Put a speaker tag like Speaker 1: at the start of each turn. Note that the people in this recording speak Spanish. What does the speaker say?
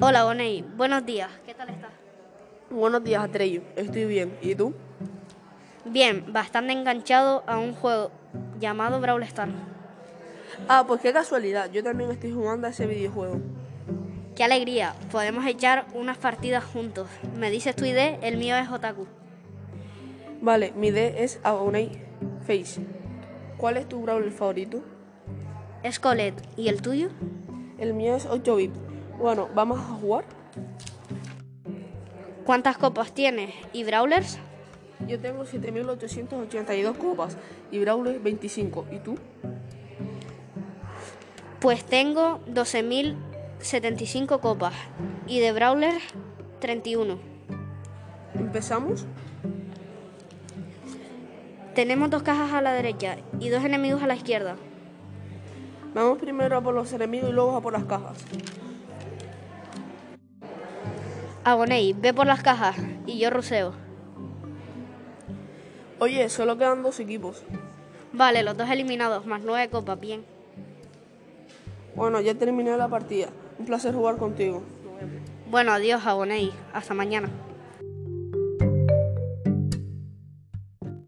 Speaker 1: Hola, Bonnie. Buenos días. ¿Qué tal estás?
Speaker 2: Buenos días, Atreyu. Estoy bien. ¿Y tú?
Speaker 1: Bien, bastante enganchado a un juego llamado Brawl Stars.
Speaker 2: Ah, pues qué casualidad. Yo también estoy jugando a ese videojuego.
Speaker 1: ¡Qué alegría! Podemos echar unas partidas juntos. Me dices tu ID, el mío es Otaku.
Speaker 2: Vale, mi D es Aboney Face. ¿Cuál es tu brawler favorito?
Speaker 1: Es Colette. ¿Y el tuyo?
Speaker 2: El mío es 8 bit. Bueno, vamos a jugar.
Speaker 1: ¿Cuántas copas tienes? ¿Y Brawlers?
Speaker 2: Yo tengo 7882 copas y brawler 25. ¿Y tú?
Speaker 1: Pues tengo 12.075 copas y de Brawlers 31.
Speaker 2: ¿Empezamos?
Speaker 1: Tenemos dos cajas a la derecha y dos enemigos a la izquierda.
Speaker 2: Vamos primero a por los enemigos y luego a por las cajas.
Speaker 1: Abonei, Ah, ve por las cajas y yo ruseo.
Speaker 2: Oye, solo quedan dos equipos.
Speaker 1: Vale, los dos eliminados, más nueve copas, bien.
Speaker 2: Bueno, ya terminé la partida. Un placer jugar contigo.
Speaker 1: Bueno, adiós, Abonei. Hasta mañana.